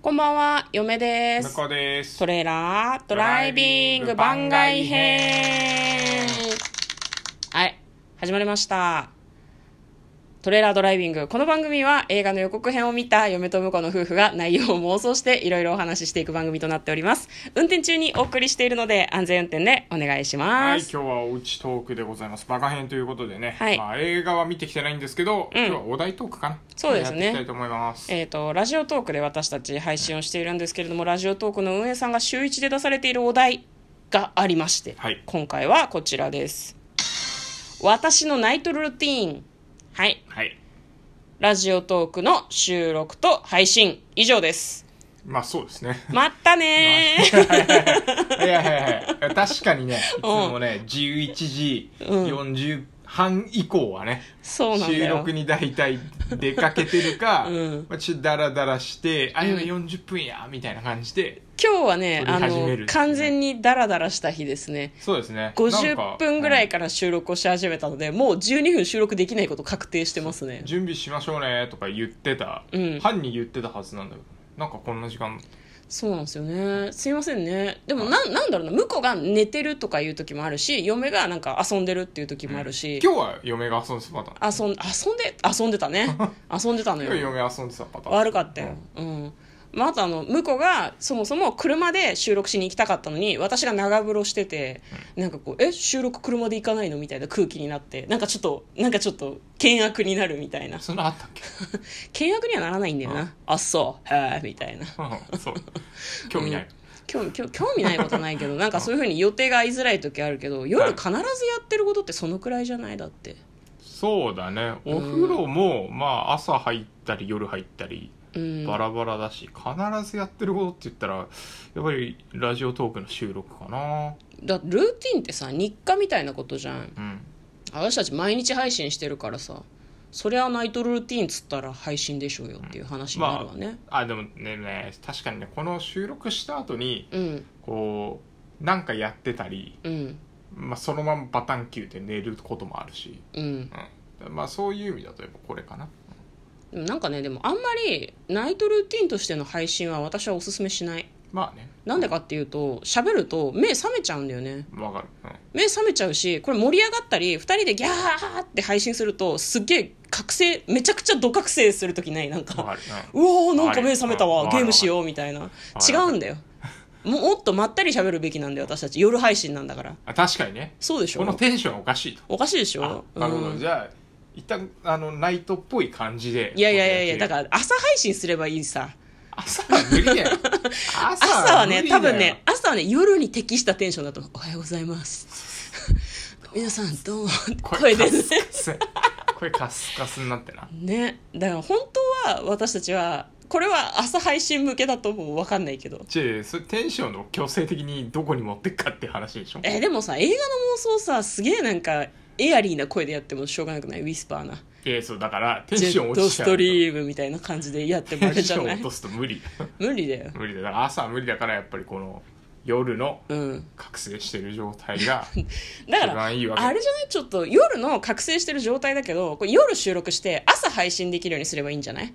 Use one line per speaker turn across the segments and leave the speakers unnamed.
こんばんは、嫁で
向
す
こ。うです
トレーラードライビング番外編。はい、始まりました。トレーラードライビング。この番組は映画の予告編を見た嫁と婿の夫婦が内容を妄想していろいろお話ししていく番組となっております。運転中にお送りしているので安全運転でお願いし
は
ま
い
す。
今日はおうちトークでございますバカ編ということでね、
はい
まあ、映画は見てきてないんですけど、
ん
今日はお題トークかな
そうですね
やっていきたいと思います
えー、とラジオトークで私たち配信をしているんですけれどもラジオトークの運営さんが週1で出されているお題がありまして、
はい
今回はこちらです私のナイトルーティーンはい
はい
ラジオトークの収録と配信以上 です
まあそうですね
まったね ー
いやいやいや確かにねいつもね11時40半以降はね、
そうなんだ
収
よ
録に大体出かけてる か、
うん
まあ、ちょっとダラダラして、あ、やべ、40分や、みたいな感じで、
今日はね
撮
あ
り始めるってい
の
うね
完全にダラダラした日ですね
そうですね。なん
50
か
分ぐら
う
い
ん
から収録をし始めたので、もう12分収録できないこと確定してますね
準備しましょうねとか言ってた、
うん
班に言ってたはずなんだけどなんかこんな時間
そうなんですよねすいませんねでもなんなんだろうな向こうが寝てるとかいう時もあるし嫁がなんか遊んでるっていう時もあるし、
今日は嫁が遊んでたパターン
遊ん遊んで遊んでた ね遊んでたの
今日
よ
嫁が遊んでたパターン
悪かったよ、うんまあ、あとあの向こうがそもそも車で収録しに行きたかったのに私が長風呂しててなんかこう「え収録車で行かないの?」みたいな空気になってなんかちょっとなんかちょっと険悪になるみたいな
そんなあったっけ
険悪にはならないんだよなあそうへえみたいな
う んそう興味ない、
興味興興味ないことないけどなんかそういうふうに予定が合いづらい時あるけど夜必ずやってることってそのくらいじゃないだって
そうだねお風呂も、まあ朝入ったり夜入ったり
うん
バラバラだし、必ずやってることって言ったらやっぱりラジオトークの収録かな
だルーティンってさ日課みたいなことじゃん
うん
私たち毎日配信してるからさそりゃナイトルーティンっつったら配信でしょうよっていう話になるわね、
あでもねね確かにねこの収録した後に
うん
こうなんかやってたり
うん
まあ、そのままバタンキューで寝ることもあるし、
うん
うん、まあそういう意味だとやっぱこれかな
でもなんかねでもあんまりナイトルーティンとしての配信は私はおすすめしない
まあね
なんでかっていうと喋ると目覚めちゃうんだよね
わかる、うん
目覚めちゃうしこれ盛り上がったり2人でギャーって配信するとすっげえ覚醒めちゃくちゃ度覚醒する時ないなん
わ
か
かる、
うおーなんか目覚めた
あ
わ
れ
ゲームしようみたいな
あ
違
れ
うんだよももっとまったり喋るべきなんだよ私たち夜配信なんだから
うん、あ確かにね
そうでし
この
ょ
テンションはおかしいと
おかしいでし
あ
ょ、う
なるほど、
ん、い
じゃあ一旦あのナイトっぽい感じで
やいやいやいやだか
ら
ら朝配信すればいいさ
朝は無理 だよ朝
朝はね
無理だ
多
よ
分ね朝はね夜に適したテンションだと思うおはようございます 皆さんどうも声
声
で
カ
ね
スカス声カスカスになってな
ねだから本当は私たちはこれは朝配信向けだと思う分かんないけど
じゃあそれテンションを強制的にどこに持ってくかって話でしょ
えでもさ映画の妄想さすげえなんかエアリーな声でやってもしょうがなくないウィスパーな
えそうだからテン
ジ
シ
ェ
ョン
ッ
落
ト
ちち
ス
ゃう
ト
と
リームみたいな感じでやっても
テ
あれ
ン
じ
シ
ゃ
ョン
ない
落とすと無理
無理だよ
無理だだから朝は無理だからやっぱりこの夜の
うん
覚醒してる状態
だ
が
か
一
ら
番いいわけ
あれじゃないちょっと夜の覚醒してる状態だけどこれ夜収録して朝配信できるようにすればいいんじゃない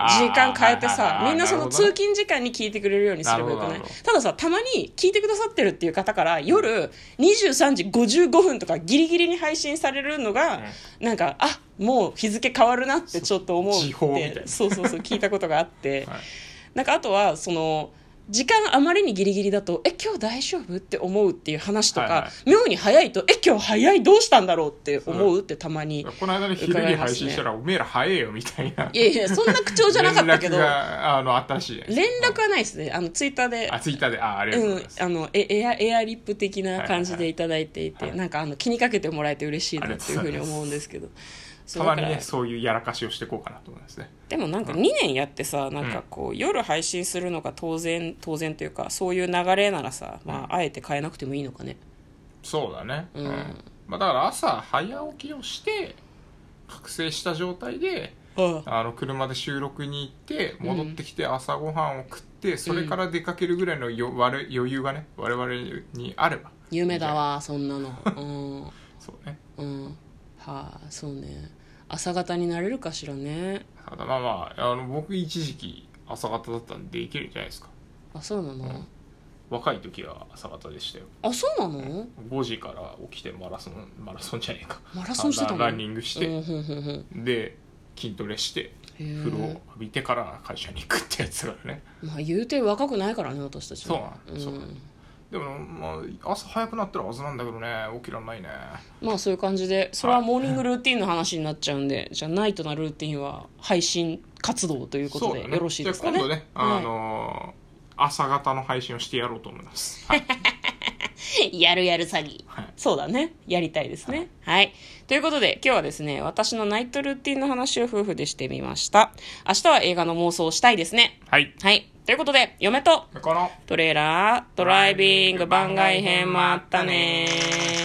あー
時間変えて
はいはい
さ
はい
みんなその
るほ
通
どね
勤時間に聞いてくれるようにすればよく
な
ない
るほどなるほ
たださたまに聞いてくださってるっていう方から夜23時55分とかギリギリに配信されるのが、なんかあもう日付変わるなってちょっと思うって
時報みたいな
そうそうそう聞いたことがあって、
はい
なんかあとはその時間あまりにギリギリだと「え今日大丈夫?」って思うっていう話とか、
はいは
妙に早いと「え今日早いどうしたんだろう?」って思うってたまに。
この間の昼に配信したら、おめえら早えよみたいない
やいやそんな口調じゃなかったけど
連絡があのあったらしいじゃない
連絡はないですねあのツイッターで
あツイッターであありがとうご
う
ざい
ん
ます、、
あのエエアエアリップ的な感じ
はいはい
でいただいていて、
はい
なんかあの気にかけてもらえて嬉しいなっていうふう
あり
に
がとうございます
思うんですけどそ
た
うだ
まに
から
ねそういうやらかしをしていこうかなと思いますね
でもなんか2年やってさなんかこう夜配信するのが当然当然というかそういう流れならさ、まあ、あえて変えなくてもいいのかね
そうだね
うん
まあ、だから朝早起きをして覚醒した状態で
ああ
あの車で収録に行って戻ってきて朝ごはんを食って、それから出かけるぐらいのよ割れ余裕がね我々にあれば
夢だわそんなの
そうね
うんうんはあそうね朝方になれるかしらね
ただまあまああの僕一時期朝方だったんでできるんじゃないですか
あそうなの、
うん若い時は朝方でしたよ
あそうなの
5時から起きてマラソンマラソンじゃねえか
マラソンしてたの
あランニングし
う
て
ん、ふんふんふんへ
で筋トレして
え
風呂を浴びてから会社に行くってやつだからね
まあ言うて若くないからね私たちは
そうなんそううんでも、まあ、朝早くなったらはずなんだけどね起きらんないね
まあそういう感じでそれはモーニングルーティンの話になっちゃうんでじゃあナイトなルーティンは配信活動ということで
だ
よろしいですかね
じゃあ今度ね、あのー朝方の配信をしてやろうと思いま す、はい、
やるやる詐欺、
はい
そうだねやりたいですねはい、ということで今日はですね私のナイトルーティンの話を夫婦でしてみました明日は映画の妄想をしたいですね
はい、
はいということで嫁と
この
トレーラードライビング番外編もあったねー